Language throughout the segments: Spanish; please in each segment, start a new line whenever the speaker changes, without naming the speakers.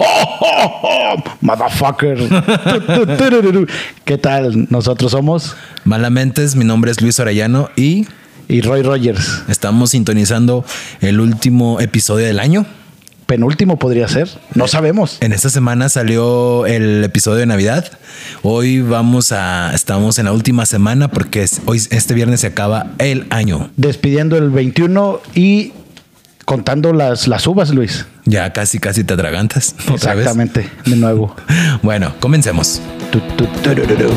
¡Oh, oh, motherfucker! Tu, tu, turururu. ¿Qué tal? Nosotros somos
Malamentes, mi nombre es Luis Orellano y
y Roy Rogers.
estamos sintonizando el último episodio del año.
Penúltimo podría ser. No sabemos.
En esta semana salió el episodio de Navidad. Hoy vamos a estamos en la última semana porque es- hoy este viernes se acaba el año.
Despidiendo el 21 y contando las, las uvas, Luis.
Ya casi casi te atragantas otra vez.
Exactamente, de nuevo.
Bueno, comencemos.
Tu, tu, turururu.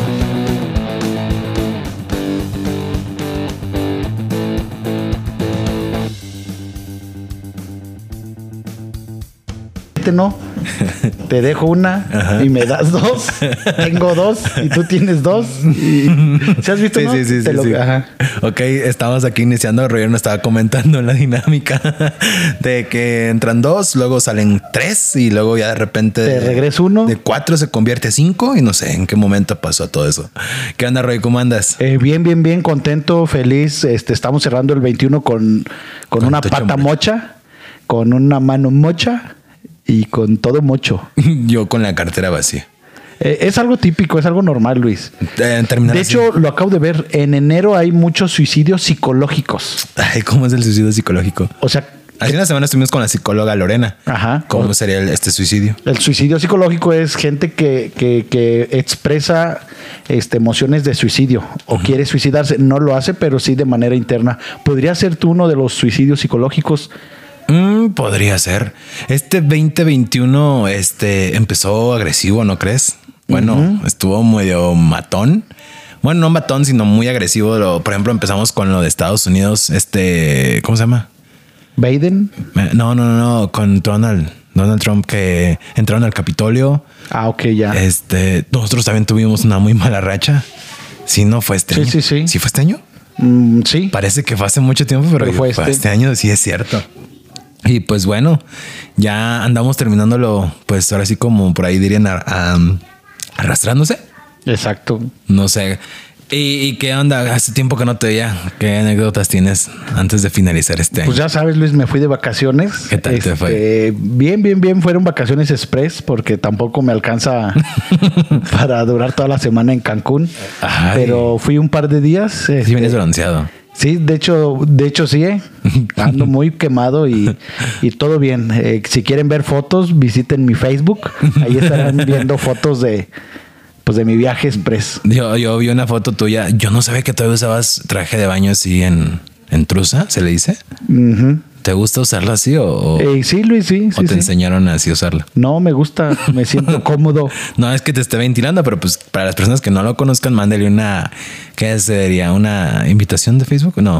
Este No, te dejo una y me das dos. Tengo dos y tú tienes dos. Y... ¿Se has visto?
Sí,
no?
sí, sí,
Te
sí,
lo-
sí.
Ajá.
Ok, estábamos aquí iniciando, Roger nos estaba comentando la dinámica de que entran dos, luego salen tres y luego ya de repente...
Te regreso uno.
De cuatro se convierte a cinco y no sé en qué momento pasó todo eso. ¿Qué onda, Roy? ¿Cómo andas?
Eh, bien, bien, bien, contento, feliz. Este, estamos cerrando el 21 con, con
Con
una
tu
pata
chombre.
mocha, con una mano mocha y con todo mocho.
Yo con la cartera vacía.
Eh, es algo típico, es algo normal, Luis.
Eh, terminar
De
así.
hecho, lo acabo de ver, en enero hay muchos suicidios psicológicos.
Ay, ¿cómo es el suicidio psicológico?
O sea,
Hace una semana estuvimos con la psicóloga Lorena.
Ajá.
¿Cómo sería el- este suicidio?
el suicidio psicológico es gente que, que- que expresa este, emociones de suicidio o quiere suicidarse. No lo hace, pero sí de manera interna. ¿Podría ser tú uno de los suicidios psicológicos?
Mm, podría ser. Este 2021 este, empezó agresivo, ¿no crees? Bueno, estuvo medio matón. Bueno, no matón, sino muy agresivo. Lo- por ejemplo, empezamos con lo de Estados Unidos. Este, ¿cómo se llama?
Biden.
Me- No, no, no, no, con Donald, Donald Trump que entraron al Capitolio.
Ah, ok, ya.
Este, nosotros también tuvimos una muy mala racha. Sí, no fue este
Sí,
año.
sí, sí.
¿Sí fue este año?
Mm, sí.
Parece que fue hace mucho tiempo, pero,
Pero
fue,
fue
este.
este.
año, sí es cierto. Y pues bueno, ya andamos terminándolo, pues ahora sí como por ahí dirían ar- am, arrastrándose.
Exacto.
No sé. ¿Y, y qué onda? Hace tiempo que no te veía. ¿Qué anécdotas tienes antes de finalizar este año?
Pues ya sabes, Luis, me fui de vacaciones. Este,
¿Qué tal te fue?
Bien, bien, bien. Fueron vacaciones express porque tampoco me alcanza para durar toda la semana en Cancún.
Ay.
Pero fui un par de días.
sí,
este,
vienes balanceado.
sí, de hecho, de hecho sí, eh. Ando muy quemado y, y todo bien. Eh, si quieren ver fotos, visiten mi Facebook. Ahí estarán viendo fotos de, pues, de mi viaje express.
Yo, yo vi una foto tuya. Yo no sabía que todavía usabas traje de baño así en, en trusa, se le dice.
Ujú.
¿Te gusta usarlo así o, o-
Eh, sí, Luis, sí.
Oh.
sí,
o te
sí.
enseñaron así a usarlo?
No, me gusta, me siento cómodo.
No es que te esté ventilando, pero pues para las personas que no lo conozcan, mándale una, ¿qué sería? ¿Una invitación de Facebook? No,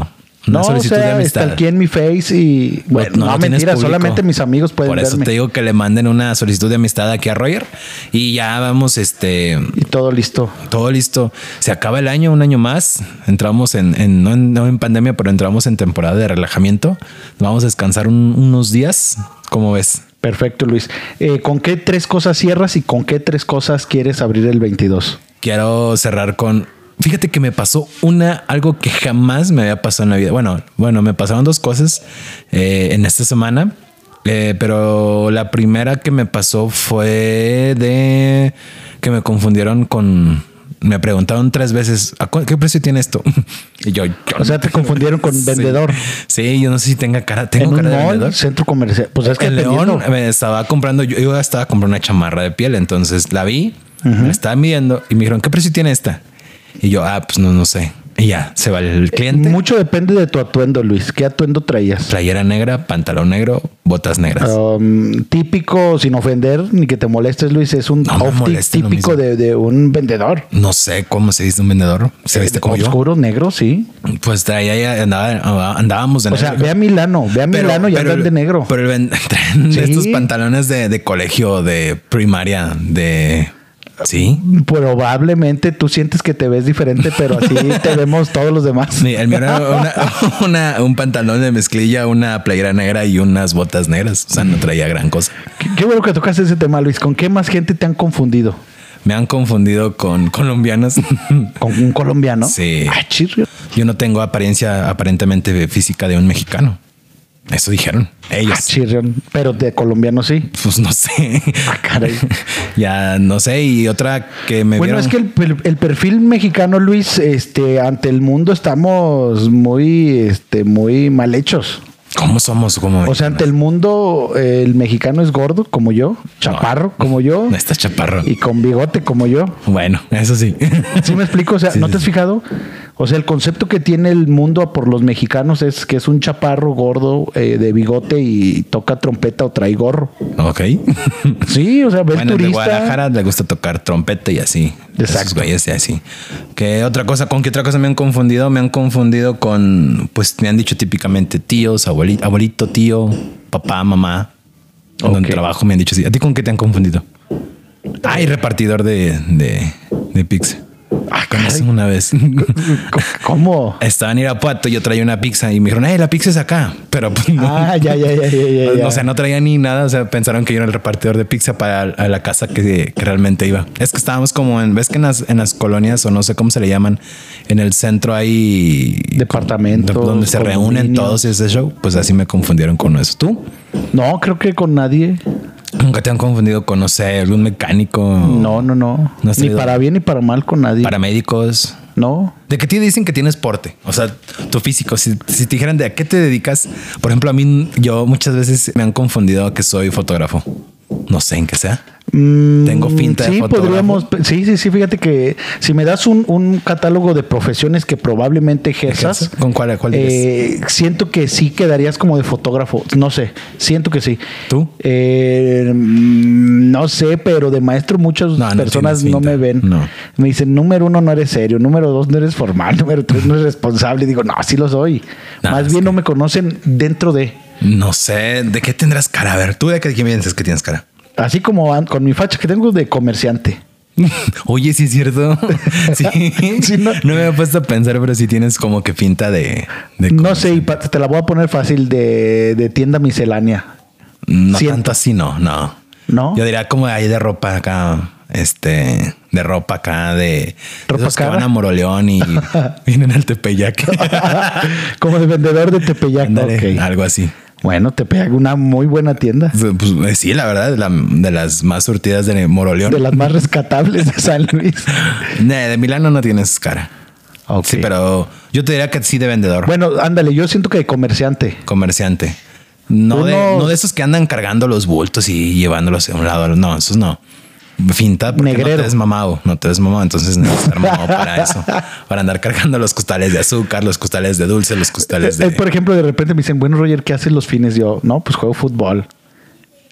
No,
una
o
solicitud de
sea,
amistad.
está aquí en mi face y bueno, no,
lo tienes
mentira,
público.
solamente mis amigos pueden
Por eso
verme.
te digo que le manden una solicitud de amistad aquí a Roger y ya vamos, este,
Y todo listo.
todo listo. Se acaba el año, un año más. Entramos en, en- no, en no en pandemia, pero entramos en temporada de relajamiento. Vamos a descansar un- unos días. ¿Cómo ves?
Perfecto, Luis. Eh, ¿Con qué tres cosas cierras y con qué tres cosas quieres abrir el 22?
quiero cerrar con. Fíjate que me pasó una, algo que jamás me había pasado en la vida. Bueno, bueno, me pasaron dos cosas eh, en esta semana, eh, pero la primera que me pasó fue de que me confundieron con. Me preguntaron tres veces, ¿a cu- qué precio tiene esto? Y yo, yo
O sea, te confundieron con
Sí.
vendedor.
Sí, yo no sé si tenga cara, tengo
en un
cara de
mall,
vendedor.
centro comercial. Pues es que
En León
dependiendo.
me estaba comprando, yo, yo estaba comprando una chamarra de piel, entonces la vi, me la estaba midiendo y me dijeron, ¿qué precio tiene esta? Y yo, ah, pues no, no sé. Y ya, se va el cliente.
Mucho depende de tu atuendo, Luis. ¿Qué atuendo traías?
Playera negra, pantalón negro, botas negras.
Um, típico, sin ofender ni que te molestes, Luis, es un
No me
outfit
molesta lo
típico
mismo.
de, de un vendedor.
No sé cómo se viste un vendedor. ¿Se viste como yo?
Oscuro, negro, sí.
Pues traía, ya andaba- andábamos de
O sea,
negro.
ve a Milano, ve a
Pero-
Milano y
pero
andan
el-
de negro.
Pero el ven- traen
Sí.
estos pantalones de, de colegio, de primaria, de... Sí.
Probablemente tú sientes que te ves diferente, pero así te vemos todos los demás.
Sí, el mío era una- una- un pantalón de mezclilla, una playera negra y unas botas negras. O sea, no traía gran cosa.
Qué- Qué bueno que tocas ese tema, Luis. ¿Con qué más gente te han confundido?
Me han confundido con colombianos.
¿Con un colombiano?
Sí.
Ah, chirrio.
Yo no tengo apariencia aparentemente física de un mexicano. Eso dijeron. Ellos.
Ah, chirrión. Pero de colombiano sí.
Pues no sé.
Ah, caray.
ya no sé. Y otra que me
Bueno,
vieron.
es que el, el- el perfil mexicano, Luis, este, ante el mundo estamos muy, este, muy mal hechos.
¿Cómo somos? ¿Cómo
O sea, ante el mundo, eh, el mexicano es gordo como yo, chaparro como yo
No estás chaparro.
y con bigote como yo.
Bueno, eso sí.
¿Sí me explico? O sea,
Sí,
¿no
sí,
te has
sí.
fijado? O sea, el concepto que tiene el mundo por los mexicanos es que es un chaparro gordo eh, de bigote y toca trompeta o trae gorro.
Ok.
Sí, o sea, ve el
Bueno, el de
turista.
Guadalajara le gusta tocar trompeta y así.
Exacto.
Esos güeyes y así. Que otra cosa, ¿con qué otra cosa me han confundido? Me han confundido con, pues me han dicho típicamente tíos, abuelito, abuelito tío, papá, mamá. En
Ok.
Donde trabajo me han dicho así. ¿A ti con qué te han confundido? Ay, repartidor de, de, de pizza.
Ah,
Con eso
caray.
una vez.
¿Cómo?
Estaba en Irapuato, yo traía una pizza y me dijeron, ay, la pizza es acá. Pero pues, no.
Ah, ya, ya, ya, ya, ya, Eh, ya.
O sea, no traía ni nada. O sea, pensaron que yo era el repartidor de pizza para a la casa que, que realmente iba. Es que estábamos como en, ves que en las, en las colonias o no sé cómo se le llaman, en el centro hay
Departamentos,
donde se reúnen
condominios.
todos y ese show. Pues así me confundieron con eso. Tú
No, creo que con nadie.
nunca te han confundido con, no sé, algún mecánico,
No, no, no.
No has
ni
tenido-
para bien ni para mal con nadie.
paramédicos.
No.
De que te dicen que tienes porte, o sea, tu físico. Si, si te dijeran de a qué te dedicas, por ejemplo, a mí, yo muchas veces me han confundido que soy fotógrafo. No sé en qué sea.
Mm,
Tengo finta de
Sí,
fotógrafo.
podríamos. Sí, sí, sí. Fíjate que si me das un, un catálogo de profesiones que probablemente ejerzas,
¿Ejerzas? ¿Con cuál- cuál
eh, siento que sí quedarías como de fotógrafo. No sé. Siento que sí.
¿Tú?
Eh, mm, no sé, pero de maestro muchas
No, no
personas
tienes
no
finta.
me ven.
No.
Me dicen, número uno, no eres serio. Número dos, no eres formal. Número tres, no eres responsable. Y digo, no, sí lo soy.
No,
Más
es
bien
que-
no me conocen dentro de.
No sé, ¿de qué tendrás cara? A ver, ¿tú de qué piensas que tienes cara?
Así como an- con mi facha que tengo de comerciante.
Oye, sí es cierto. Sí.
Sí,
no.
no-
me había puesto a pensar, pero sí tienes como que pinta de. de
No sé, y pa- te la voy a poner fácil de, de tienda miscelánea.
no
siento.
tanto así, no, no.
¿No?
Yo diría como ahí de ropa acá, este, de ropa acá, de.
¿Ropa
esos que
cara?
van a Moroleón y vienen al Tepeyac.
como de vendedor de Tepeyac.
Ándale, Ah,
ok.
Algo así.
Bueno, Tepeyac, una muy buena tienda.
Pues, eh, sí, la verdad, de, la- de las más surtidas de Moroleón.
De las más rescatables de San Luis.
Ne, de Milano no tienes cara.
Ok.
Sí, pero yo te diría que sí de vendedor.
Bueno, ándale, yo siento que de comerciante.
comerciante. No de,
Uno-
no de esos que andan cargando los bultos y llevándolos de un lado al otro. No, esos no. Finta, porque no
Negrero.
te ves mamado, no te ves mamado, entonces no estás mamado para eso, para andar cargando los costales de azúcar, los costales de dulce, los costales
Eh,
de.
Por ejemplo, de repente me dicen, bueno, Roger, ¿qué haces los fines? Yo, no, pues juego fútbol.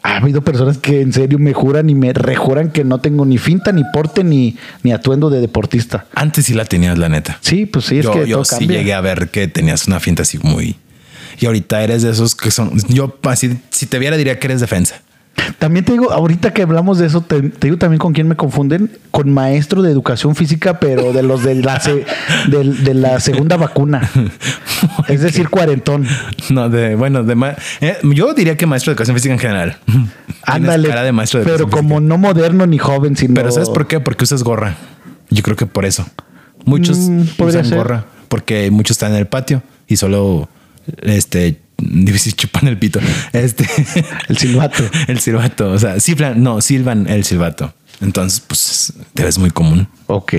Ha habido personas que en serio me juran y me rejuran que no tengo ni finta, ni porte, ni, ni atuendo de deportista.
Antes sí la tenías, la neta.
Sí, pues sí, es
yo
que
yo
todo
sí
cambia.
llegué a ver que tenías una finta así muy. Y ahorita eres de esos que son. Yo así, si te viera diría que eres defensa.
También te digo, ahorita que hablamos de eso, te, te digo también con quién me confunden, con maestro de educación física, pero de los de la, se- del- de la segunda vacuna. Es decir, cuarentón.
No, de, bueno, de ma- eh, yo diría que maestro de educación física en general. Tienes
Ándale.
cara de maestro de
pero
educación física.
como no moderno ni joven, sino.
Pero ¿sabes por qué? Porque usas gorra. Yo creo que por eso. Muchos
Mm, podría
usan
ser.
gorra porque muchos están en el patio y solo este difícil chupan el pito. Este
El silbato.
el silbato, o sea, silban, no, silban el silbato. Entonces, pues te ves muy común.
Ok.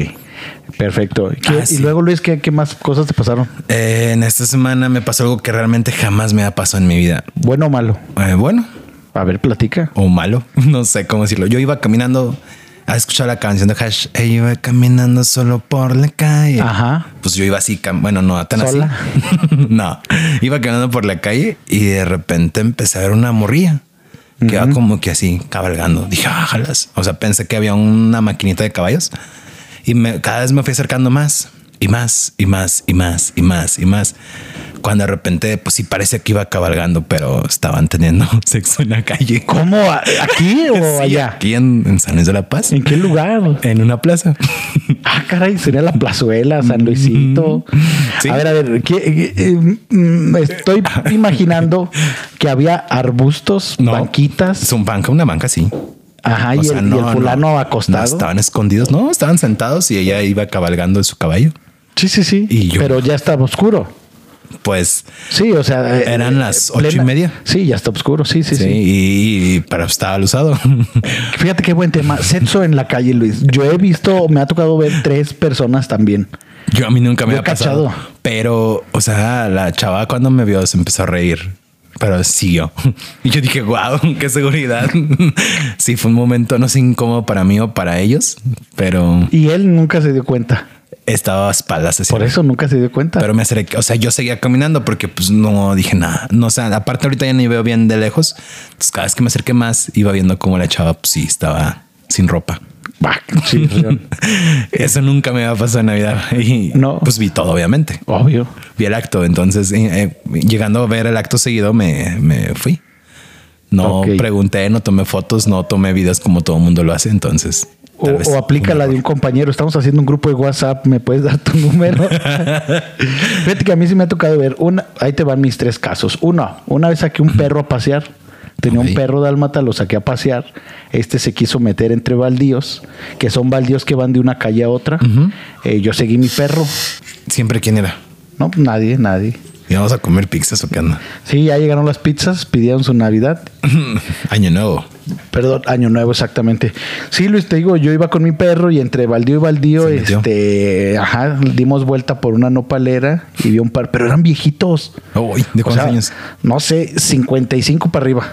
Perfecto. ¿Qué-
Ah, sí.
Y luego, Luis, ¿qué, qué más cosas te pasaron?
Eh, en esta semana me pasó algo que realmente jamás me ha pasado en mi vida.
¿Bueno o malo?
Eh, bueno,
A ver, platica.
o malo, no sé cómo decirlo. Yo iba caminando, ¿has escuchado la canción de Hash? Ella iba caminando solo por la calle.
Ajá.
Pues yo iba así, cam- bueno, no tan
¿Sola?
así. no, iba caminando por la calle y de repente empecé a ver una morrilla que iba como que así cabalgando. Dije, ah, jalas. O sea, pensé que había una maquinita de caballos y me- cada vez me fui acercando más y más y más y más y más y más. Cuando de repente, pues sí parece que iba cabalgando, pero estaban teniendo sexo en la calle.
¿Cómo? ¿A- ¿Aquí o
Sí,
allá?
Aquí en, en San Luis de la Paz,
¿En qué lugar?
en una plaza.
Ah, caray, sería la plazuela, San Luisito.
Sí.
A ver, a ver, ¿qué- qué- eh, mm, estoy imaginando que había arbustos,
No. Es
banquitas,
un banca, una banca, sí.
ajá,
O
y,
sea,
el, y el
no,
fulano
no,
acostado.
no estaban escondidos, no, estaban sentados y ella iba cabalgando en su caballo.
Sí, sí, sí.
Y yo-
Pero ya estaba oscuro.
pues
Sí, o sea. eh,
Eran
eh,
las ocho y media.
Sí, ya está oscuro, sí, sí,
sí,
sí.
Y, y- pero estaba usado.
Fíjate qué buen tema. Sexo en la calle, Luis. Yo he visto, me ha tocado ver tres personas también.
Yo a mí nunca me
Yo
había pasado.
cachado.
Pero, o sea, la chava cuando me vio se empezó a reír, pero siguió. Y yo dije, wow, qué seguridad. sí, fue un momento, no sé incómodo para mí o para ellos, pero
Y él nunca se dio cuenta.
estaba a espaldas así.
Por eso nunca se dio cuenta.
Pero me acerqué, o sea, yo seguía caminando porque pues no dije nada. No, o sea, aparte ahorita ya ni veo bien de lejos. Entonces, cada vez que me acerqué más, iba viendo cómo la chava, pues sí, estaba sin ropa.
Bah, sí, León.
Eso nunca me había pasado en Navidad. Y
No.
pues vi todo, obviamente.
obvio.
Vi el acto. Entonces, eh, eh, llegando a ver el acto seguido, me, me fui. No
Ok.
pregunté, no tomé fotos, no tomé videos como todo el mundo lo hace. Entonces,
O,
tal vez
o aplica la de un compañero. Estamos haciendo un grupo de WhatsApp. ¿Me puedes dar tu número? Fíjate que a mí sí me ha tocado ver. Una, ahí te van mis tres casos. Uno, una vez saqué un perro a pasear. Tenía
Ok.
un perro dálmata, lo saqué a pasear. Este se quiso meter entre baldíos, que son baldíos que van de una calle a otra. Eh, yo seguí mi perro.
Siempre, ¿quién era?
No, pues nadie, nadie.
¿Íbamos a comer pizzas o qué onda?
Sí, ya llegaron las pizzas, pidieron su Navidad.
Año nuevo.
Perdón, año nuevo exactamente. Sí, Luis, te digo, yo iba con mi perro y entre baldío y baldío,
Se metió.
este, ajá, dimos vuelta por una nopalera y vi un par, pero eran viejitos.
Uy, ¿de
O
cuántos
sea,
años?
No sé, 55 para arriba.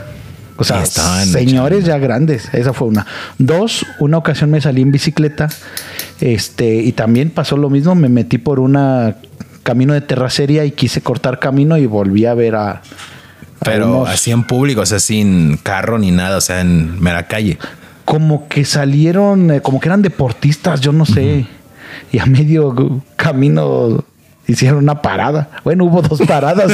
O sea,
Y estaban
señores ya grandes. Esa fue una. Dos, una ocasión me salí en bicicleta. Este, y también pasó lo mismo. Me metí por una camino de terracería y quise cortar camino y volví a ver a. a
Pero
unos-
así en público, o sea, sin carro ni nada, o sea, en mera calle.
como que salieron, eh, como que eran deportistas, yo no sé. Y a medio gu- camino hicieron una parada. Bueno, hubo dos paradas.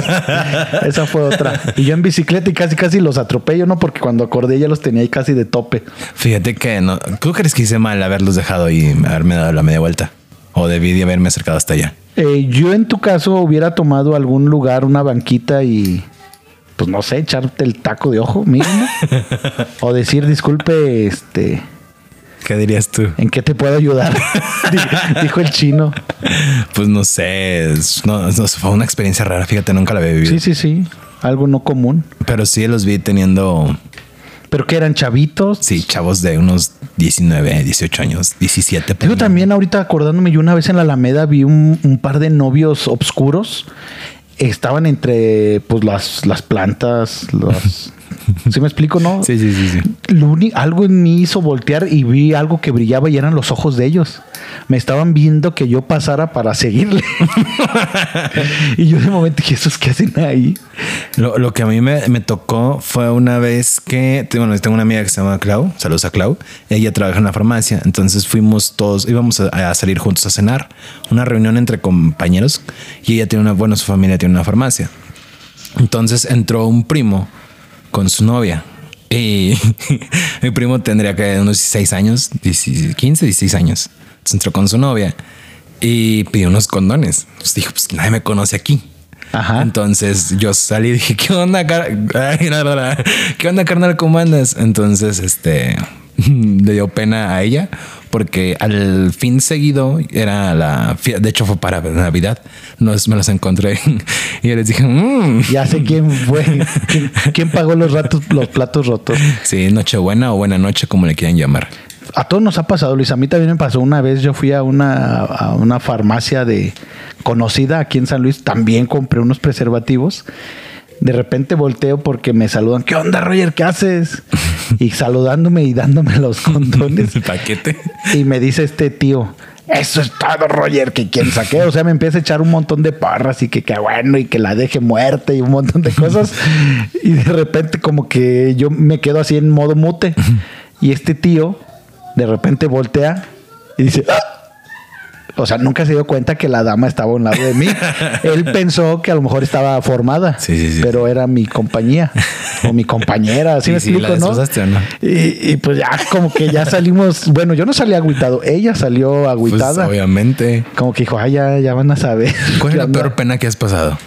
Esa fue otra. Y yo en bicicleta y casi casi los atropello, ¿no? Porque cuando acordé ya los tenía ahí casi de tope.
Fíjate que no. ¿Tú crees que hice mal haberlos dejado y haberme dado la media vuelta? O debí de haberme acercado hasta allá.
Eh, yo en tu caso hubiera tomado algún lugar, una banquita y... Pues no sé, echarte el taco de ojo mínimo. o decir, disculpe, este...
¿Qué dirías tú?
¿En qué te puedo ayudar? Di- Dijo el chino.
Pues no sé. es- No, no, fue una experiencia rara. Fíjate, nunca la había vivido.
Sí, sí, sí. Algo no común.
Pero sí los vi teniendo,
Pero que eran chavitos.
sí, chavos de unos 19, 18 años, 17.
Yo también ahorita acordándome, yo una vez en la Alameda vi un, un par de novios obscuros. Estaban entre pues las, las plantas, las... ¿Sí me explico, no?
Sí, sí, sí, sí.
Lo uni- algo me hizo voltear y vi algo que brillaba y eran los ojos de ellos. Me estaban viendo que yo pasara para seguirle. y yo de momento dije, ¿esos qué hacen ahí?
Lo, lo que a mí me, me tocó fue una vez que, te- bueno, tengo una amiga que se llama Clau, saludos a Clau, ella trabaja en la farmacia, entonces fuimos todos, íbamos a, a salir juntos a cenar, una reunión entre compañeros y ella tiene una, bueno, su familia tiene una farmacia. Entonces entró un primo con su novia y mi primo tendría que unos 16 años, 16, 15, 16 años. Entonces entró con su novia y pidió unos condones. Entonces dijo, pues nadie me conoce aquí.
Ajá.
Entonces yo salí y dije, ¿qué onda, car- Ay, no, no, no. ¿Qué onda, carnal? ¿Cómo andas? Entonces, este, le dio pena a ella porque al fin seguido era la fie- de hecho fue para Navidad, nos me los encontré y yo les dije, "Mm,
Ya sé quién fue, quién, quién pagó los, ratos, los platos rotos.
sí, Nochebuena o Buena Noche, como le quieran llamar.
A todos nos ha pasado, Luis. A mí también me pasó una vez. Yo fui a una, a una farmacia de conocida aquí en San Luis. También compré unos preservativos. De repente volteo porque me saludan. ¿Qué onda, Roger? ¿Qué haces? Y saludándome y dándome los condones.
El paquete.
Y me dice este tío, eso es todo, Roger, que quien saqué. O sea, me empieza a echar un montón de parras y que qué bueno y que la deje muerta y un montón de cosas. y de repente como que yo me quedo así en modo mute. Y este tío de repente voltea y dice... "Ah". O sea, nunca se dio cuenta que la dama estaba a un lado de mí. Él pensó que a lo mejor estaba formada,
Sí, sí, sí.
pero era mi compañía o mi compañera. Así
Sí,
me
sí, la
explico, ¿no?
destrozaste, ¿o no?
Y, y pues ya como que ya salimos, bueno, yo no salí agüitado, ella salió
Pues,
agüitada.
obviamente.
como que dijo, ay, ya, ya van a saber.
¿Cuál es
qué
la
onda".
peor pena que has pasado?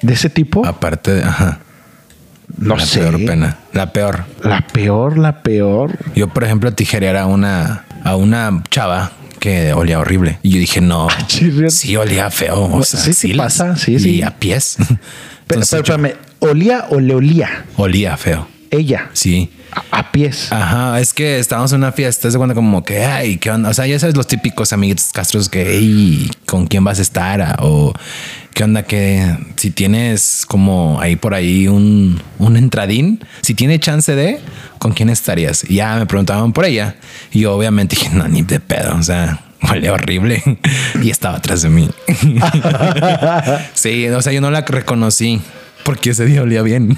¿De ese tipo?
Aparte de, ajá.
Oh. no
la
sé.
peor pena. La peor.
La peor, la peor.
Yo, por ejemplo, tijerear a una, a una chava que olía horrible. Y yo dije, no,
Ah, chirrión.
sí olía feo. O sea,
Sí, sí
las-
pasa, sí, sí.
Y a pies.
Pero,
Entonces,
pero espérame, ¿olía o le olía?
olía feo.
Ella.
Sí.
A, a
Ah.
pies.
Ajá, es que estábamos en una fiesta, se cuenta como que, ay, ¿qué onda? O sea, ya sabes los típicos amiguitos castros que, "Ey, ¿con quién vas a estar? Ah, O, ¿qué onda? Que si tienes como ahí por ahí un, un entradín, si tiene chance de, ¿con quién estarías? Y ya me preguntaban por ella. Y yo obviamente dije, no, ni de pedo, o sea, huele horrible. y estaba atrás de mí. Sí, o sea, yo no la reconocí porque ese día olía bien.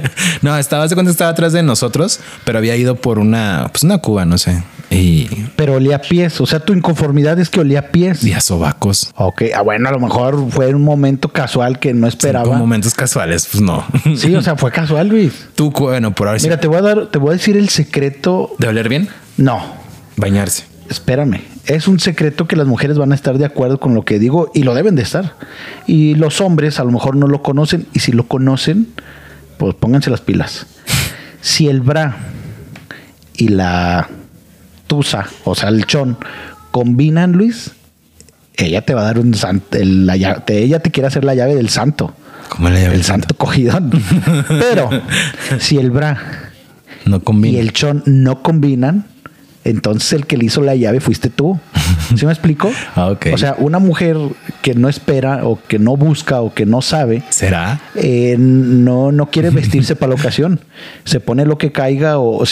no, estaba, se cuenta, estaba atrás de nosotros, pero había ido por una, pues una cuba, no sé. Y,
Pero olía a pies. O sea, tu inconformidad es que olía a pies.
y a sobacos.
Ok, ah, bueno, a lo mejor fue un momento casual que no
Con
esperaba.
momentos casuales, pues no.
Sí, o sea, fue casual, Luis.
Tú, cu- bueno, por ahora sí.
Mira, te voy a dar, te voy a decir el secreto.
¿De oler bien?
No,
Bañarse.
espérame. Es un secreto que las mujeres van a estar de acuerdo con lo que digo y lo deben de estar. Y los hombres a lo mejor no lo conocen y si lo conocen, pues pónganse las pilas. Si el bra y la tusa, o sea, el chon, combinan, Luis, ella te va a dar un santo, ella te quiere hacer la llave del santo.
¿Cómo le llamo?
El santo cogidón. Pero si el bra
No
y
combina.
el chon no combinan, entonces el que le hizo la llave fuiste tú. ¿Sí me explico?
Ah, ok.
O sea, una mujer que no espera o que no busca o que no sabe,
¿Será?
eh, no, no quiere vestirse para la ocasión. Se pone lo que caiga o, o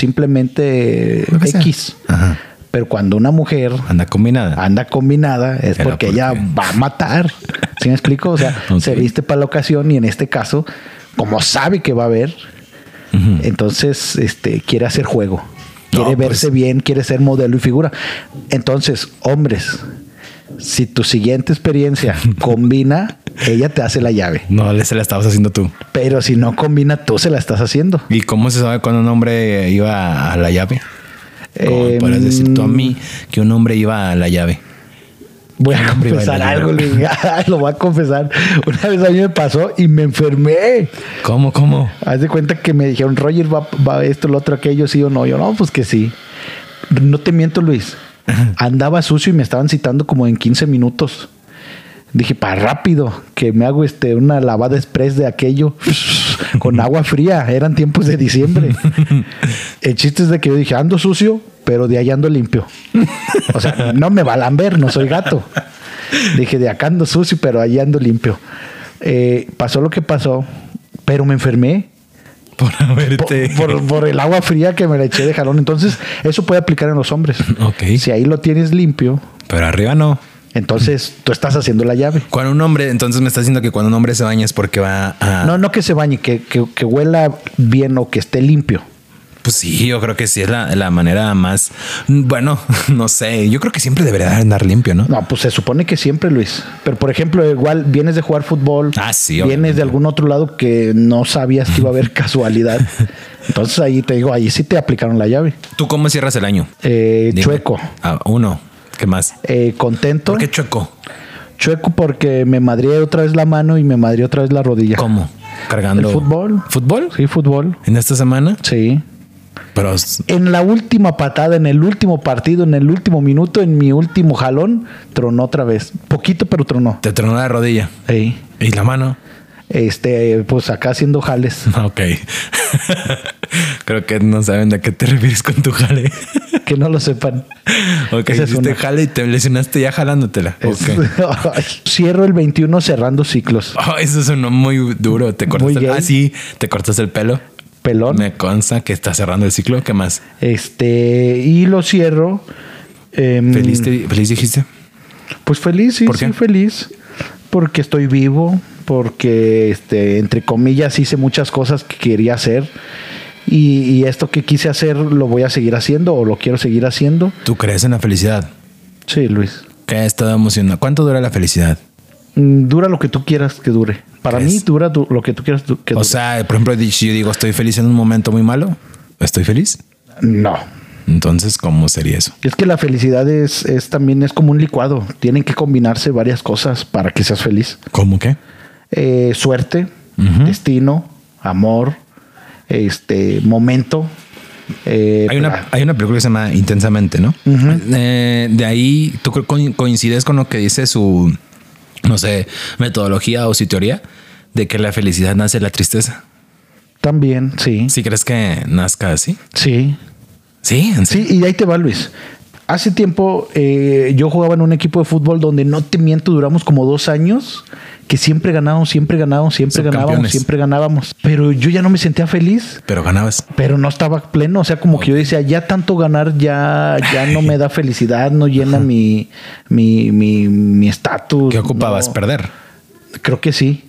simplemente
Lo que sea.
X.
Ajá.
Pero cuando una mujer
Anda combinada.
anda combinada es
Era
porque
porque-
ella va a matar. ¿Sí me explico? O sea,
Ok.
se viste para la ocasión y en este caso, como sabe que va a haber,
Ujú.
entonces este, quiere hacer juego.
No,
Quiere verse
pues.
bien, quiere ser modelo y figura. Entonces, hombres, si tu siguiente experiencia combina, ella te hace la llave.
No, le- se la estabas haciendo tú.
Pero si no combina, tú se la estás haciendo.
¿Y cómo se sabe cuando un hombre iba a la llave? ¿Cómo
Eh,
podrías decir tú a mí que un hombre iba a la llave?
Voy a
Qué hombre
confesar
baila,
algo,
yo.
Luis. Ay, Lo voy a confesar. Una vez a mí me pasó y me enfermé.
¿Cómo, cómo?
Haz de cuenta que me dijeron, Roger, va, va esto, lo otro, aquello, sí o no. Yo, no, pues que sí. No te miento, Luis. Andaba sucio y me estaban citando como en 15 minutos. Dije, para rápido, que me hago este, una lavada express de aquello con agua fría. Eran tiempos de diciembre. El chiste es de que yo dije, ando sucio, pero de ahí ando limpio. O sea, no me va a lamber, no soy gato. Dije, de acá ando sucio, pero ahí ando limpio. Eh, pasó lo que pasó, pero me enfermé
Por haberte.
por, por- por el agua fría que me le eché de jalón. Entonces, eso puede aplicar en los hombres.
Ok.
Si ahí lo tienes limpio,
Pero arriba no.
entonces
Mm.
tú estás haciendo la llave.
Cuando un hombre, entonces me está diciendo que cuando un hombre se baña es porque va a.
No, no que se bañe, que, que- que huela bien o que esté limpio.
Pues sí, yo creo que sí es la, la manera más. Bueno, no sé. Yo creo que siempre debería andar limpio, ¿no?
No, pues se supone que siempre, Luis. Pero, por ejemplo, igual vienes de jugar fútbol,
Ah, sí,
vienes
obviamente.
de algún otro lado que no sabías que iba a haber casualidad. Entonces ahí te digo, ahí sí te aplicaron la llave.
¿Tú cómo cierras el año?
Eh,
Dime.
chueco,
Ah, uno. ¿Qué más?
eh, contento.
¿Por qué chueco?
Chueco porque me madrié otra vez la mano y me madrié otra vez la rodilla.
¿Cómo? Cargando.
El fútbol.
¿Fútbol?
Sí, fútbol.
¿En esta semana?
Sí.
Pero s-
En la última patada, en el último partido, en el último minuto, en mi último jalón, tronó otra vez. Poquito, pero tronó.
te tronó la rodilla.
Ey.
¿Y la mano?
Este, pues acá haciendo jales.
Ah, Ok. creo que no saben a qué te refieres con tu jale.
Que no lo sepan.
ok,
Esa es
hiciste
una.
jale y te lesionaste ya jalándotela.
Es-
Ok.
Ay, Cierro el 21 cerrando ciclos.
Oh, eso sonó muy duro. Te cortaste
Muy
el...
gay.
Ah, sí, te cortaste el pelo.
Pelón.
Me consta que está cerrando el ciclo. ¿Qué más?
Este, y lo cierro. em,
¿Feliz, te- feliz dijiste?
Pues feliz, sí,
¿Por qué?
sí, feliz. Porque estoy vivo, porque, este, entre comillas, hice muchas cosas que quería hacer. Y, y esto que quise hacer lo voy a seguir haciendo o lo quiero seguir haciendo.
¿Tú crees en la felicidad?
Sí, Luis.
¿Qué ha estado emocionado? ¿Cuánto dura la felicidad?
Mm, Dura lo que tú quieras que dure. Para
¿Qué
mí
es?
dura du- lo que tú quieras du- que
O
dure.
sea, por ejemplo, si yo digo, estoy feliz en un momento muy malo, ¿estoy feliz?
no.
Entonces, ¿cómo sería eso?
Es que la felicidad es, es también es como un licuado. Tienen que combinarse varias cosas para que seas feliz.
¿Cómo qué?
Eh, suerte,
Ujú.
destino, amor, este momento. Eh,
Hay una, hay una película que se llama Intensamente, ¿no? Eh, de ahí, ¿tú co- co- coincides con lo que dice su, no sé, metodología o su teoría de que la felicidad nace de la tristeza?
También, sí.
¿Sí crees que nazca así?
Sí.
Sí, en
Sí, y ahí te va, Luis. Hace tiempo eh, yo jugaba en un equipo de fútbol donde no te miento, duramos como dos años que siempre ganábamos, siempre ganábamos, siempre ganábamos,
Subcampeones.
siempre ganábamos. Pero yo ya no me sentía feliz,
Pero ganabas.
pero no estaba pleno. O sea, como que yo decía, ya tanto ganar ya, ya no me da felicidad, no llena mi mi- mi- mi estatus.
¿Qué ocupabas?
Pues, no.
Perder.
Creo que sí.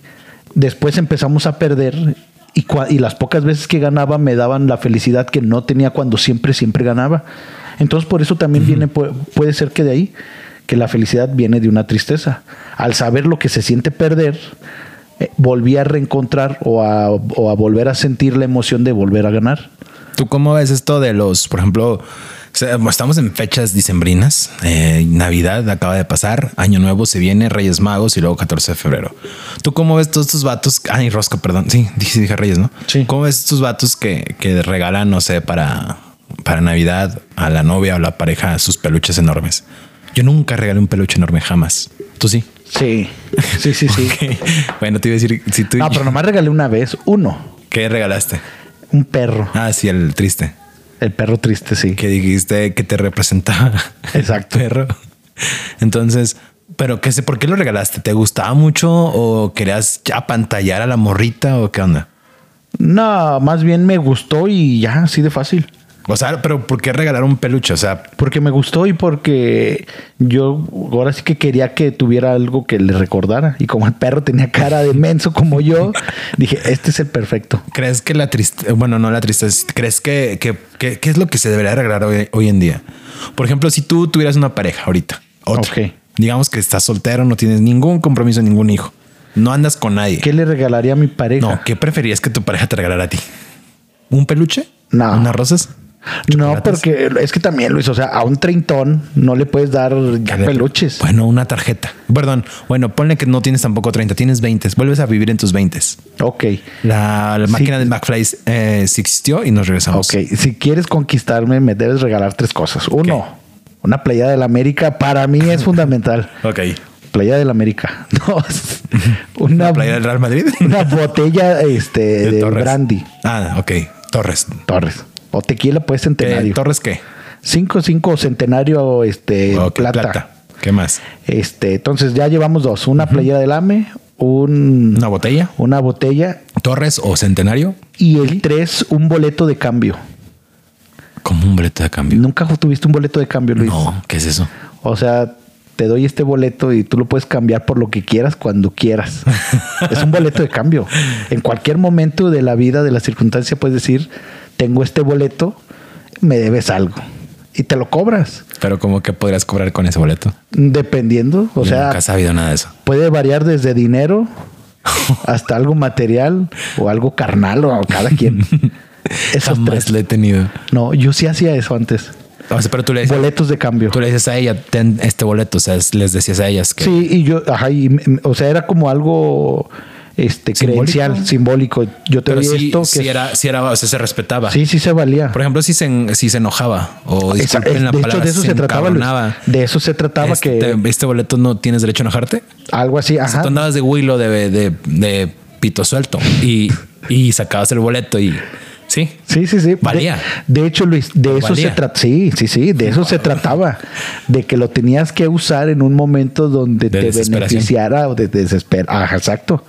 Después empezamos a perder y, cua- y las pocas veces que ganaba me daban la felicidad que no tenía cuando siempre, siempre ganaba. Entonces por eso también viene, pu- puede ser que de ahí, que la felicidad viene de una tristeza. Al saber lo que se siente perder, eh, volví a reencontrar o a, o a volver a sentir la emoción de volver a ganar.
¿Tú cómo ves esto de los, por ejemplo, o sea, estamos en fechas dicembrinas, eh, Navidad acaba de pasar, Año Nuevo se viene, Reyes Magos y luego 14 de febrero. ¿Tú cómo ves todos estos vatos? Ay, Rosco, perdón. Sí, dije, dije Reyes, ¿no?
Sí.
¿Cómo ves estos vatos que, que regalan, no sé, para, para Navidad a la novia o la pareja sus peluches enormes? Yo nunca regalé un peluche enorme, jamás. ¿Tú sí?
Sí, sí, sí, sí.
bueno, te iba a decir, si tú...
No, Ah, pero nomás regalé una vez, uno,
¿Qué regalaste?
un perro,
Ah, sí, el triste.
el perro triste, sí.
que dijiste que te representaba.
Exacto.
Perro. Entonces, pero qué sé, ¿por qué lo regalaste? ¿Te gustaba mucho o querías apantallar a la morrita o qué onda?
No, más bien me gustó y ya, así de fácil.
O sea, pero ¿por qué regalar un peluche? O sea,
Porque me gustó y porque yo ahora sí que quería que tuviera algo que le recordara. Y como el perro tenía cara de menso como yo, dije, este es el perfecto.
¿crees que la tristeza, bueno, no la tristeza, ¿crees que, que, que- qué es lo que se debería regalar hoy, hoy en día? Por ejemplo, si tú tuvieras una pareja ahorita, otra,
Ok.
digamos que estás soltero, no tienes ningún compromiso, ningún hijo, no andas con nadie.
¿Qué le regalaría a mi pareja?
No, ¿qué preferías que tu pareja te regalara a ti? ¿Un peluche?
No.
¿Unas rosas?
No,
¿Chocolates?
porque es que también, Luis, o sea, a un treintón no le puedes dar ya
Dale.
peluches.
Bueno, una tarjeta. Perdón. Bueno, ponle que no tienes tampoco 30, tienes 20. Vuelves a vivir en tus 20.
Ok,
La, la máquina del McFly eh, se existió y nos regresamos.
ok. Si quieres conquistarme, me debes regalar tres cosas. Uno, una playa del América para mí es fundamental.
Ok.
Playa del América. Dos, una,
¿La playa del Real Madrid?
una botella este, de
Torres.
brandy.
Ah, ok. Torres.
Torres. O tequila, pues
¿Qué-
centenario.
¿Torres qué?
5-5 o centenario este,
Ok,
plata.
¿Qué más?
Este, entonces ya llevamos dos: una playera del AME, un,
¿Una botella?
una botella
¿Torres o centenario?
y el tres, un boleto de cambio.
Como un boleto de cambio.
Nunca ju- tuviste un boleto de cambio, Luis.
No, ¿qué es eso?
O sea, te doy este boleto y tú lo puedes cambiar por lo que quieras cuando quieras. es un boleto de cambio. En cualquier momento de la vida, de la circunstancia, puedes decir: Tengo este boleto, me debes algo. Y te lo cobras.
Pero como que podrías cobrar con ese boleto.
Dependiendo, o
Yo
sea,
nunca he sabido nada de eso.
puede variar desde dinero hasta algo material o algo carnal o cada quien. Esos
Jamás
tres.
lo he tenido.
No, yo sí hacía eso antes.
O sea, pero tú le dices,
Boletos de cambio.
tú le dices a ella, ten este boleto. O sea, es- les decías a ellas que
Sí, y yo, ajá, y, mm, o sea, era como algo este
¿Simbólico?
credencial, simbólico. Yo te
Pero
doy
sí,
esto que
sí
es-
era, sí era, o sea, se respetaba.
sí, sí se valía.
Por ejemplo, si se, en- si se enojaba o
Esa-
disculpen
es-
la
de hecho,
palabra,
de eso se, trataba. Luis.
encabronaba.
De eso se trataba
este,
que
este boleto no tienes derecho a enojarte.
algo así,
O sea,
ajá.
tú andabas de Willow de, de, de pito suelto y, y sacabas el boleto y sí.
Sí, sí, sí. De-
Valía. Pues
De, hecho, Luis, de eso
Valía.
se trataba. Sí, sí, sí, de eso se trataba. De que lo tenías que usar en un momento donde
De
te
desesperación.
beneficiara o de desespero. Ajá, exacto.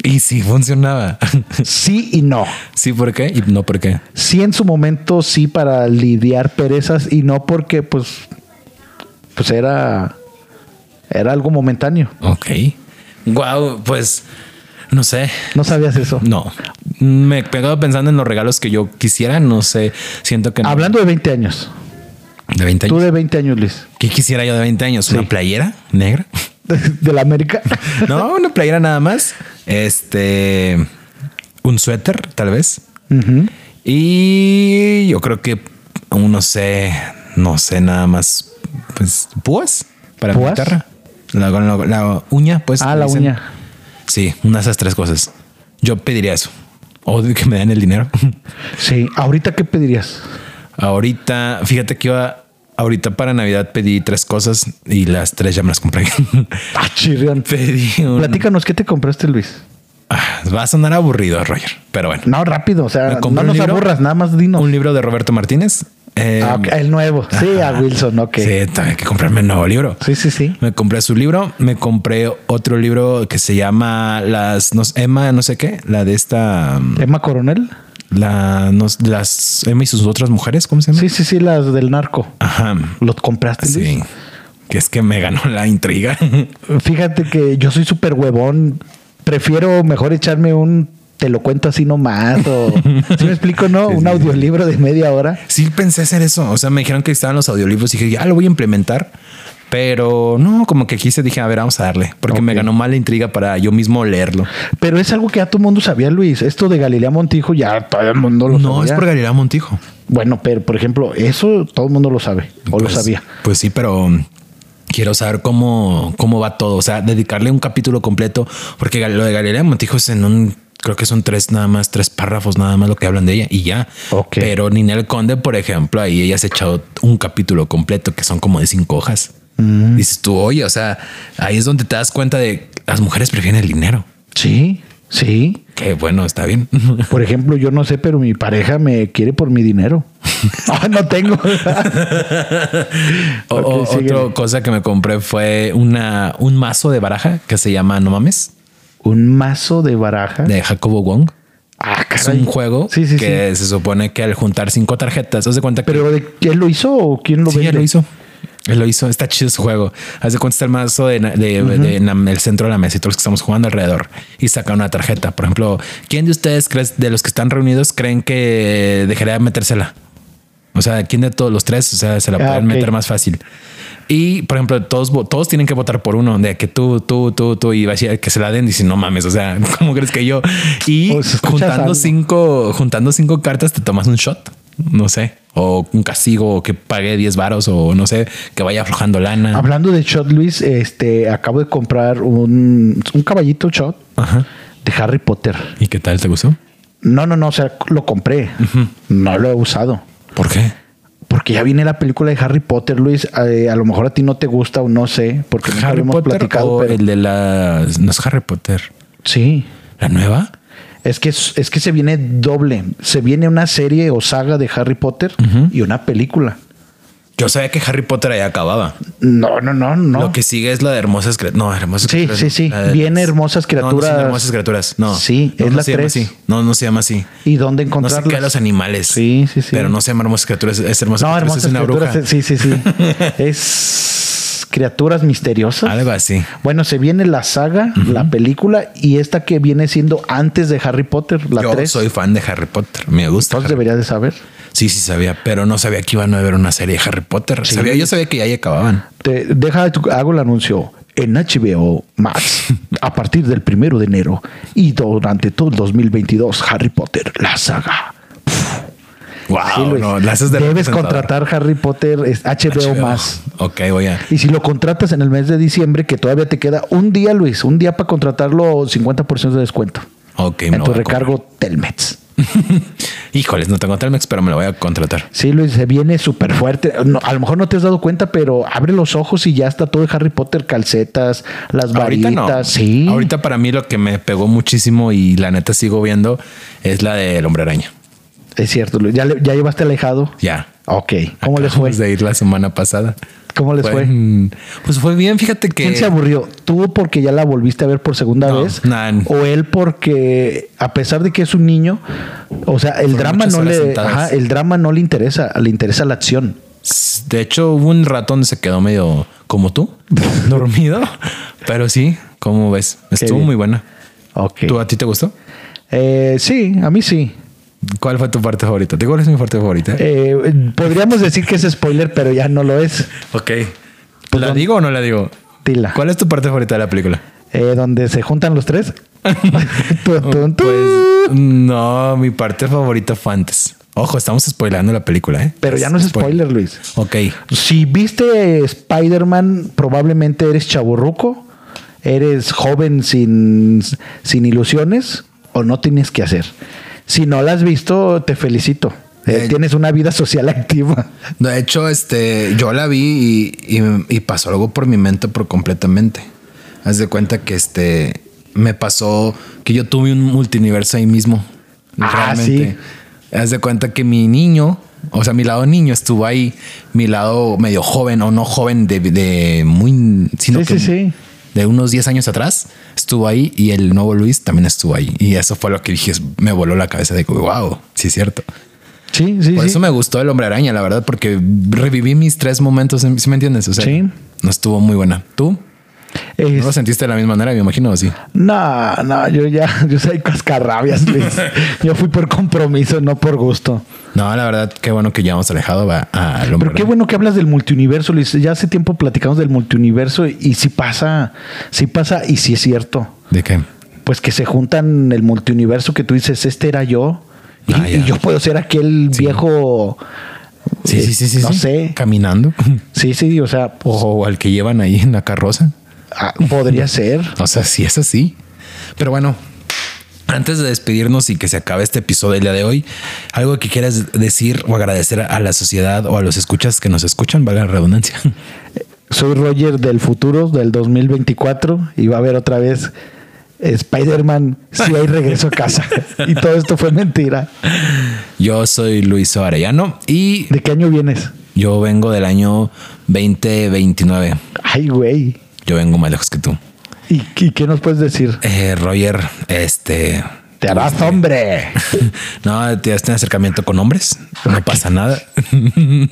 Y sí funcionaba.
Sí y no.
sí, ¿por qué? Y no, ¿por qué?
Sí en su momento, sí para lidiar perezas y no porque, pues, pues era, era algo momentáneo.
Ok. Wow, pues no sé.
No sabías eso.
No. Me he quedado pensando en los regalos que yo quisiera. No sé. Siento que no.
Hablando de 20 años.
de 20 años.
Tú de 20 años, Luis.
¿Qué quisiera yo de 20 años?
Sí.
¿Una playera negra?
De la América.
No, una playera nada más. Este. Un suéter, tal vez.
Ujú.
Y yo creo que aún no sé, no sé nada más. Pues púas para mi
¿Púas?
guitarra. La, con la- la uña, pues.
Ah, la
dicen.
uña.
Sí, una de esas tres cosas. Yo pediría eso. Odio que me den el dinero.
Sí, ahorita qué pedirías?
Ahorita, fíjate que iba. Ahorita para Navidad pedí tres cosas y las tres ya me las compré.
Ah, chirrión.
pedí un-
Platícanos, ¿qué te compraste, Luis?
Ah, va a sonar aburrido, Roger, pero bueno.
No, rápido, o sea,
Me
no
compré un
nos
libro.
aburras, nada más dinos.
Un libro de Roberto Martínez. Eh,
Ah, ok, el nuevo. Sí, a Wilson, ok.
Sí, también hay que comprarme un nuevo libro.
Sí, sí, sí.
Me compré su libro, me compré otro libro que se llama Las no, sé, Emma, no sé qué, la de esta, mm,
Emma Coronel.
la, no, las Emma y sus otras mujeres, ¿cómo se llama?
Sí, sí, sí, las del narco.
Ajá.
¿Los compraste? Luis?
Sí. Que es que me ganó la intriga.
Fíjate que yo soy súper huevón. Prefiero mejor echarme un te lo cuento así nomás o si me explico, ¿no?
Sí,
un
sí.
audiolibro de media hora.
Sí pensé hacer eso. O sea, me dijeron que estaban los audiolibros y dije, ya lo voy a implementar. Pero no, como que quise, dije, a ver, vamos a darle. Porque me
Ok.
ganó mal la intriga para yo mismo leerlo.
Pero es algo que ya todo el mundo sabía, Luis. Esto de Galilea Montijo ya todo el mundo lo
No,
sabía.
es por Galilea Montijo.
Bueno, pero por ejemplo, eso todo el mundo lo sabe o
Pues-
lo sabía.
Pues sí, pero um, quiero saber cómo, cómo va todo. O sea, dedicarle un capítulo completo, porque gal- lo de Galilea Montijo es en un. Creo que son tres nada más, tres párrafos nada más lo que hablan de ella y ya.
Ok.
Pero Ninel Conde, por ejemplo, ahí ella se ha echado un capítulo completo que son como de cinco hojas.
Mm.
Dices tú, oye, o sea, ahí es donde te das cuenta de las mujeres prefieren el dinero.
Sí, sí.
Que bueno, está bien.
Por ejemplo, yo no sé, pero mi pareja me quiere por mi dinero. No, no tengo.
O-
Ok,
o-
síguele.
otra cosa que me compré fue una, un mazo de baraja que se llama No Mames,
Un mazo de baraja.
de Jacobo Wong.
Ah,
Es
caray.
un juego
Sí, sí, sí.
que se supone que al juntar cinco tarjetas, haz de cuenta que
Pero ¿de- ¿él lo hizo o quién lo
Sí,
vende?
él lo hizo. Él lo hizo, está chido su juego. Haz de cuenta está el mazo de, na- de- de- en la- el centro de la mesa y todos los que estamos jugando alrededor y saca una tarjeta. Por ejemplo, ¿quién de ustedes crees- de los que están reunidos creen que dejaría de metérsela? O sea, ¿quién de todos los tres? O sea, se la
Ah,
pueden
ok.
meter más fácil. Y, por ejemplo, todos, vo- todos tienen que votar por uno, de que tú, tú, tú, tú, y vas a que se la den, y si no mames, o sea, ¿cómo crees que yo? Y
O se escucha
juntando
algo.
cinco, juntando cinco cartas, te tomas un shot, no sé, o un castigo, o que pague 10 varos, o no sé, que vaya aflojando lana.
Hablando de shot, Luis, este, acabo de comprar un, un caballito shot
Ajá.
de Harry Potter.
¿Y qué tal te gustó?
No, no, no, o sea, lo compré. No lo he usado.
¿Por qué?
Porque ya viene la película de Harry Potter, Luis. eh, a lo mejor a ti no te gusta o no sé, porque nunca lo
Harry
hemos
Potter
platicado.
o
Pero...
el de la... No es Harry Potter.
Sí.
¿La nueva?
Es que, es es que se viene doble. Se viene una serie o saga de Harry Potter y una película.
Yo sabía que Harry Potter ahí acababa.
No, no, no, no.
Lo que sigue es la de hermosas criaturas. No, hermosas
Sí,
criaturas.
sí,
no.
sí.
La de
Viene
las-
Hermosas
No, no se llama
Criaturas.
hermosas criaturas. No.
Sí,
No,
es
no
la
se llama
tres.
así. No, no se llama así.
¿Y dónde
No sé
encontrarlas?
qué de los animales.
Sí, sí, sí.
Pero no se llama hermosas criaturas. Es hermosas
No, hermosas
criaturas. Es una
criaturas.
bruja.
Sí, sí, sí. es criaturas misteriosas.
Algo así.
Bueno, se viene la saga, la película y esta que viene siendo antes de Harry Potter, la
Yo
3.
soy fan de Harry Potter. Me gusta.
Entonces
Harry-
deberías de saber.
Sí, sí, sabía. Pero no sabía que iban a haber una serie de Harry Potter.
Sí.
Sabía, yo sabía que ya ahí acababan.
Te, deja, tu- hago el anuncio en HBO Max a partir del primero de enero y durante todo el 2022, Harry Potter, la saga.
Wow.
Sí, Luis.
no, Ah, la haces de
Debes
representador.
contratar Harry Potter es HBO, Max.
Ok, voy a.
Y si lo contratas en el mes de diciembre, que todavía te queda un día, Luis, un día para contratarlo, 50% de descuento
Ok, me
en
lo
tu
voy a
recargo Telmex.
comprar. Híjoles, no tengo Telmex, pero me lo voy a contratar.
Sí, Luis, se viene súper fuerte. No, a lo mejor no te has dado cuenta, pero abre los ojos y ya está todo de Harry Potter, calcetas, las
Ahorita
varitas.
no.
Sí.
Ahorita para mí lo que me pegó muchísimo y la neta sigo viendo es la del hombre araña.
Es cierto, Luis. ¿Ya, le- ya llevaste alejado?
Ya.
Ok. ¿Cómo les fue?
Acabamos de ir la semana pasada.
¿Cómo les fue?
en- Pues fue bien, fíjate que.
¿Quién se aburrió? ¿Tú porque ya la volviste a ver por segunda
No,
vez?
nan.
¿O él porque, a pesar de que es un niño, o sea, el
Fueron
drama
muchas
no
horas
le
sentadas.
ajá, el drama no le interesa, le interesa la acción.
De hecho, hubo un rato donde se quedó medio como tú, dormido. Pero sí, como ves, estuvo
bien.
muy buena.
Ok.
¿Tú a ti te gustó?
Eh, sí, a mí sí.
¿Cuál fue tu parte favorita? ¿Te cuál es mi parte favorita?
Eh, podríamos decir que es spoiler, pero ya no lo es.
ok.
pues
¿La digo o no la digo?
Dila.
¿Cuál es tu parte favorita de la película?
Eh, donde se juntan los tres. Tun, tun, tun.
Pues no, mi parte favorita fue antes. Ojo, estamos spoilando la película, ¿eh?
pero ya no es spoiler, Luis.
Ok.
Si viste Spider-Man, probablemente eres chaburruco, eres joven sin, sin ilusiones o no tienes que hacer. Si no la has visto, te felicito. Eh,
Eh,
tienes una vida social activa.
De hecho, este, yo la vi y, y- y pasó algo por mi mente por completamente. Haz de cuenta que este me pasó que yo tuve un multiverso ahí mismo.
Ah,
Haz de cuenta que mi niño, o sea, mi lado niño estuvo ahí, mi lado medio joven o no joven de, de muy, sino
Sí,
que
sí, sí.
de unos 10 años atrás estuvo ahí y el nuevo Luis también estuvo ahí. Y eso fue lo que dije, me voló la cabeza de wow, sí es cierto.
Sí, sí,
Por
sí.
eso me gustó el hombre araña, la verdad, porque reviví mis tres momentos, ¿sí me entiendes? O sea,
Sí.
no estuvo muy buena. ¿Tú?
Es-
¿No lo sentiste de la misma manera, me imagino, o sí?
No, no, yo ya, yo soy cascarrabias, Luis. yo fui por compromiso, no por gusto.
No, la verdad, qué bueno que ya hemos alejado va, al hombre
Pero qué
araña.
bueno que hablas del multiuniverso, Luis. Ya hace tiempo platicamos del multiuniverso y si pasa, si pasa y si es cierto.
¿De qué?
Pues que se juntan el multiuniverso que tú dices, este era yo. Y,
Ah, ya.
y yo puedo ser aquel viejo.
Sí,
eh,
sí, sí, sí.
No
sí.
sé.
Caminando.
Sí, sí, o sea, pues,
O al que llevan ahí en la carroza.
ah, podría ser.
O sea, sí es así. Pero bueno, antes de despedirnos y que se acabe este episodio del día de hoy, algo que quieras decir o agradecer a la sociedad o a los escuchas que nos escuchan, valga la redundancia.
Soy Roger del futuro, del 2024, y va a haber otra vez Spider-Man si hay regreso a casa. y todo esto fue mentira.
Yo soy Luis Arellano y
¿De qué año vienes?
yo vengo del año 2029.
Ay, güey.
Yo vengo más lejos que tú.
¿Y, y qué nos puedes decir?
Eh, Roger, este.
Te harás hombre.
No, tienes un acercamiento con hombres. No pasa nada.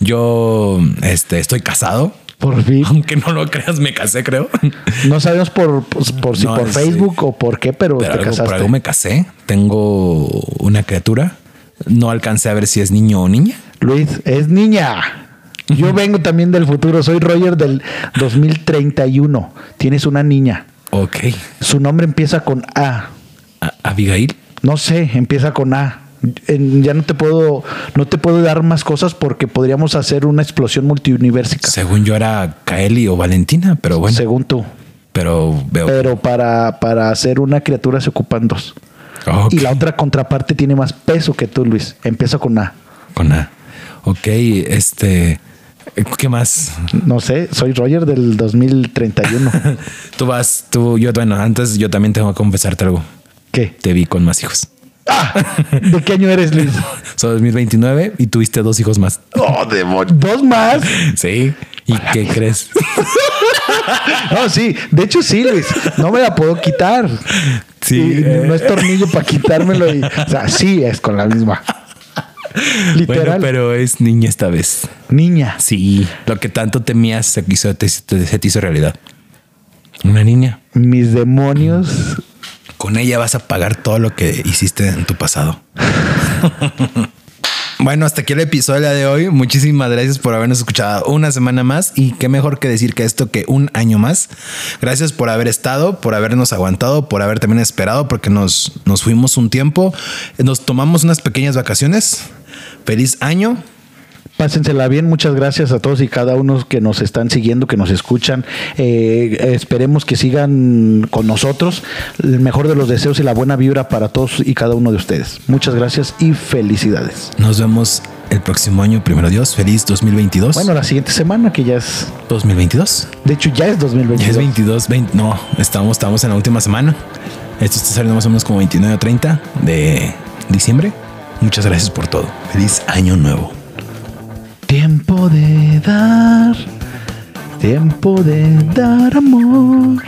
Yo este, estoy casado.
Por fin.
Aunque no lo creas, me casé, creo.
No sabemos por, pues, por, por si
No,
por
sí.
Facebook o por qué, pero,
Pero
te
algo, por
casaste.
algo me casé. Tengo una criatura. No alcancé a ver si es niño o niña.
Luis, es niña. Yo vengo también del futuro. Soy Roger del 2031. Tienes una niña.
Ok.
Su nombre empieza con A.
A- Abigail.
No sé, empieza con A. En- ya no te puedo, no te puedo dar más cosas porque podríamos hacer una explosión multiuniversica,
Según yo era Kaeli o Valentina, pero bueno.
según tú.
Pero veo.
Pero para, para hacer una criatura se ocupan dos.
Ok.
Y la otra contraparte tiene más peso que tú, Luis. Empieza con A.
Con A. Ok, este. ¿Qué más?
No sé, soy Roger del 2031.
Tú vas, tú, yo, bueno, antes yo también tengo que confesarte algo.
¿Qué?
Te vi con más hijos.
¡Ah! ¿De qué año eres, Luis?
Soy 2029 y tuviste dos hijos más.
¿Dos más?
Sí. ¿Y qué crees?
No, sí. De hecho, sí, Luis. No me la puedo quitar. Y
eh,
No es tornillo para quitármelo. Y, o sea, sí es con la misma.
Bueno,
Literal.
pero es niña esta vez.
Niña.
Sí. Lo que tanto temías se, hizo- te- te- se te hizo realidad. Una niña.
Mis demonios.
Con ella vas a pagar todo lo que hiciste en tu pasado. bueno, hasta aquí el episodio de hoy. Muchísimas gracias por habernos escuchado una semana más y qué mejor que decir que esto que un año más. Gracias por haber estado, por habernos aguantado, por haber también esperado porque nos, nos fuimos un tiempo, nos tomamos unas pequeñas vacaciones. Feliz año.
Pásensela bien, muchas gracias a todos y cada uno que nos están siguiendo, que nos escuchan. Eh, esperemos que sigan con nosotros. El mejor de los deseos y la buena vibra para todos y cada uno de ustedes. Muchas gracias y felicidades.
Nos vemos el próximo año, primero Dios. Feliz 2022.
Bueno, la siguiente semana que ya es,
2022.
de hecho ya es 2022.
Ya es 22, 20, no, estamos, estamos en la última semana. Esto está saliendo más o menos como 29 o 30 de diciembre. Muchas gracias por todo. Feliz año nuevo.
Tiempo de dar, tiempo de dar amor.